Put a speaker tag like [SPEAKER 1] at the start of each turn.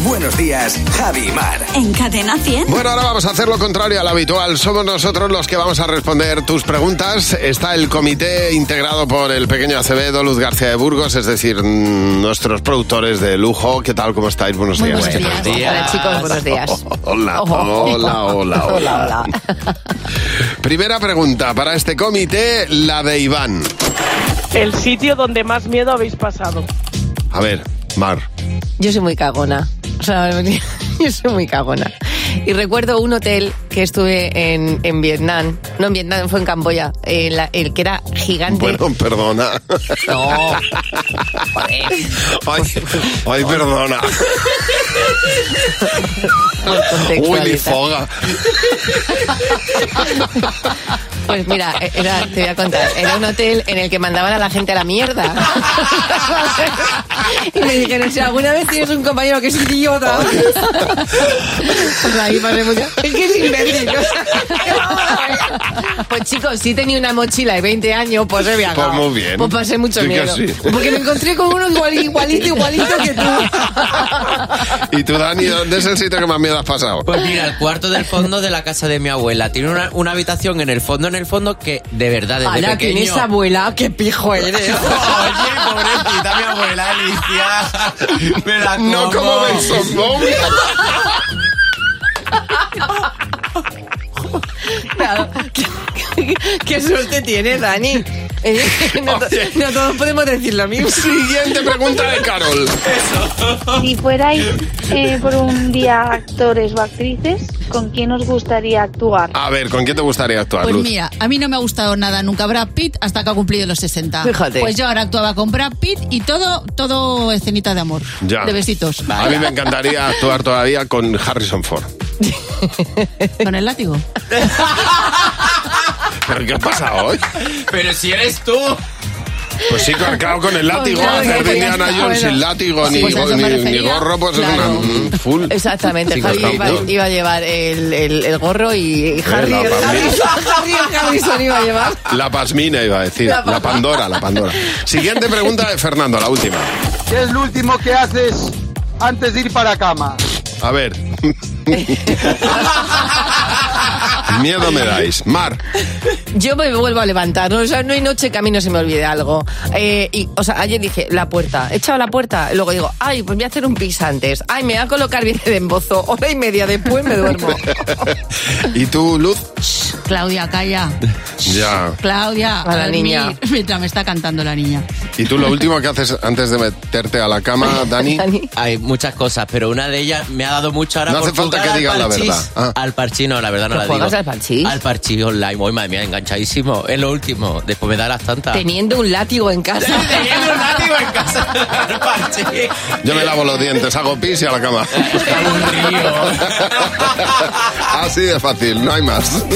[SPEAKER 1] Buenos días, Javi y Mar.
[SPEAKER 2] En Cadena 100.
[SPEAKER 3] Bueno, ahora vamos a hacer lo contrario al habitual. Somos nosotros los que vamos a responder tus preguntas. Está el comité integrado por el pequeño Acevedo, Luz García de Burgos, es decir, mm, nuestros productores de lujo. ¿Qué tal? ¿Cómo estáis? Buenos
[SPEAKER 4] Muy
[SPEAKER 3] días.
[SPEAKER 4] buenos días. Hola chicos, buenos días.
[SPEAKER 3] Hola, hola, hola, hola. Primera pregunta para este comité, la de Iván.
[SPEAKER 5] El sitio donde más miedo habéis pasado.
[SPEAKER 3] A ver, Mar.
[SPEAKER 4] Yo soy muy cagona. O sea, yo soy muy cagona. Y recuerdo un hotel que estuve en, en Vietnam. No en Vietnam, fue en Camboya. eh, la- el que era gigante.
[SPEAKER 3] Bueno, perdona.
[SPEAKER 4] No.
[SPEAKER 3] Ay, ay, perdona.
[SPEAKER 4] por contextualizar.
[SPEAKER 3] Willy Foga.
[SPEAKER 4] Pues mira, era- te voy a contar. Era un hotel en el que mandaban a la gente a la mierda. Y me dijeron, si alguna vez tienes un compañero que es idiota. Pues ahí pasé mucho. Es que es imbécil. o sea. Pues chicos, si tenía una mochila de 20 años, pues he viajado.
[SPEAKER 3] Pues muy bien.
[SPEAKER 4] Pues pasé mucho
[SPEAKER 3] Sí que
[SPEAKER 4] miedo.
[SPEAKER 3] sí.
[SPEAKER 4] Porque me encontré con uno igual- igualito, igualito que tú.
[SPEAKER 3] ¿Y tú, Dani, dónde es el sitio que más miedo has pasado?
[SPEAKER 6] Pues mira, el cuarto del fondo de la casa de mi abuela. Tiene una, una habitación en el fondo, en el fondo, que de verdad desde
[SPEAKER 4] Ala,
[SPEAKER 6] pequeño...
[SPEAKER 4] tienes abuela, qué pijo eres.
[SPEAKER 6] Oye, pobrecita mi abuela Alicia. Me la como.
[SPEAKER 3] No como Benson Bowie.
[SPEAKER 4] Claro. ¿Qué, qué suerte tienes, Dani. Eh, No, to-
[SPEAKER 3] Oye.
[SPEAKER 4] no todos podemos decir lo mismo.
[SPEAKER 3] Siguiente pregunta de Carol.
[SPEAKER 7] Si fuerais eh, por un día actores o actrices, ¿con quién os gustaría actuar?
[SPEAKER 3] A ver, ¿con quién te gustaría actuar,
[SPEAKER 8] Pues
[SPEAKER 3] Luz?
[SPEAKER 8] mira, a mí no me ha gustado nada nunca Brad Pitt hasta que ha cumplido los 60.
[SPEAKER 4] Fíjate.
[SPEAKER 8] Pues yo ahora actuaba con Brad Pitt y todo, todo escenita de amor.
[SPEAKER 3] Ya.
[SPEAKER 8] De besitos.
[SPEAKER 3] A mí me encantaría actuar todavía con Harrison Ford.
[SPEAKER 8] Con el látigo.
[SPEAKER 3] ¿Pero qué ha pasado hoy?
[SPEAKER 6] Pero si eres tú.
[SPEAKER 3] Pues sí, claro, con el látigo.
[SPEAKER 4] Con
[SPEAKER 3] Hacer
[SPEAKER 4] látigo,
[SPEAKER 3] de
[SPEAKER 4] ya
[SPEAKER 3] Indiana
[SPEAKER 4] está.
[SPEAKER 3] Jones
[SPEAKER 4] Bueno.
[SPEAKER 3] sin látigo ni,
[SPEAKER 8] Pues a eso
[SPEAKER 3] ni-
[SPEAKER 8] me
[SPEAKER 3] ni
[SPEAKER 8] refería.
[SPEAKER 3] gorro, pues
[SPEAKER 8] Claro.
[SPEAKER 3] es una mm, full.
[SPEAKER 4] Exactamente,
[SPEAKER 3] Sí,
[SPEAKER 4] Harry
[SPEAKER 3] bastante.
[SPEAKER 4] iba, iba a llevar el, el- el gorro
[SPEAKER 6] Eh,
[SPEAKER 4] y, y Harry,
[SPEAKER 3] la
[SPEAKER 4] el
[SPEAKER 3] pamela.
[SPEAKER 4] Harrison- Harry el Harrison iba a llevar.
[SPEAKER 3] La pasmina iba a decir. La, Pandora, la Pandora. Siguiente pregunta de Fernando, la última.
[SPEAKER 9] ¿Qué es lo último que haces antes de ir para cama?
[SPEAKER 3] A ver. Miedo me dais. Mar.
[SPEAKER 4] Yo me vuelvo a levantar, ¿no? O sea, no hay noche que a mí no se me olvide algo. Eh, y, o sea, ayer dije, la puerta, he echado la puerta, luego digo, ay, pues voy a hacer un pis antes, ay, me voy a colocar bien de embozo, hora y media después me duermo.
[SPEAKER 3] ¿Y tú, Luz?
[SPEAKER 8] Shh, Claudia, calla.
[SPEAKER 3] Ya.
[SPEAKER 8] Claudia,
[SPEAKER 4] A la
[SPEAKER 8] dormir,
[SPEAKER 4] niña.
[SPEAKER 8] Mientras me está cantando la niña.
[SPEAKER 3] ¿Y tú lo último que haces antes de meterte a la cama, Dani?
[SPEAKER 4] Dani.
[SPEAKER 6] Hay muchas cosas, pero una de ellas me ha dado mucho ahora
[SPEAKER 3] No hace
[SPEAKER 6] por
[SPEAKER 3] falta
[SPEAKER 6] jugar
[SPEAKER 3] que
[SPEAKER 6] al
[SPEAKER 3] digas la
[SPEAKER 6] parchís.
[SPEAKER 3] verdad. Ah.
[SPEAKER 6] Al parchís no, la verdad no la digo.
[SPEAKER 4] ¿Juegas al parchís?
[SPEAKER 6] Al parchís online. Hoy, madre mía, enganchadísimo. Es lo último. Después me da las tantas.
[SPEAKER 4] Teniendo un látigo en casa.
[SPEAKER 6] Teniendo un látigo en casa. Al parchís.
[SPEAKER 3] Yo me lavo los dientes, hago pis y a la cama.
[SPEAKER 6] Está aburrido.
[SPEAKER 3] Así de fácil, no hay más.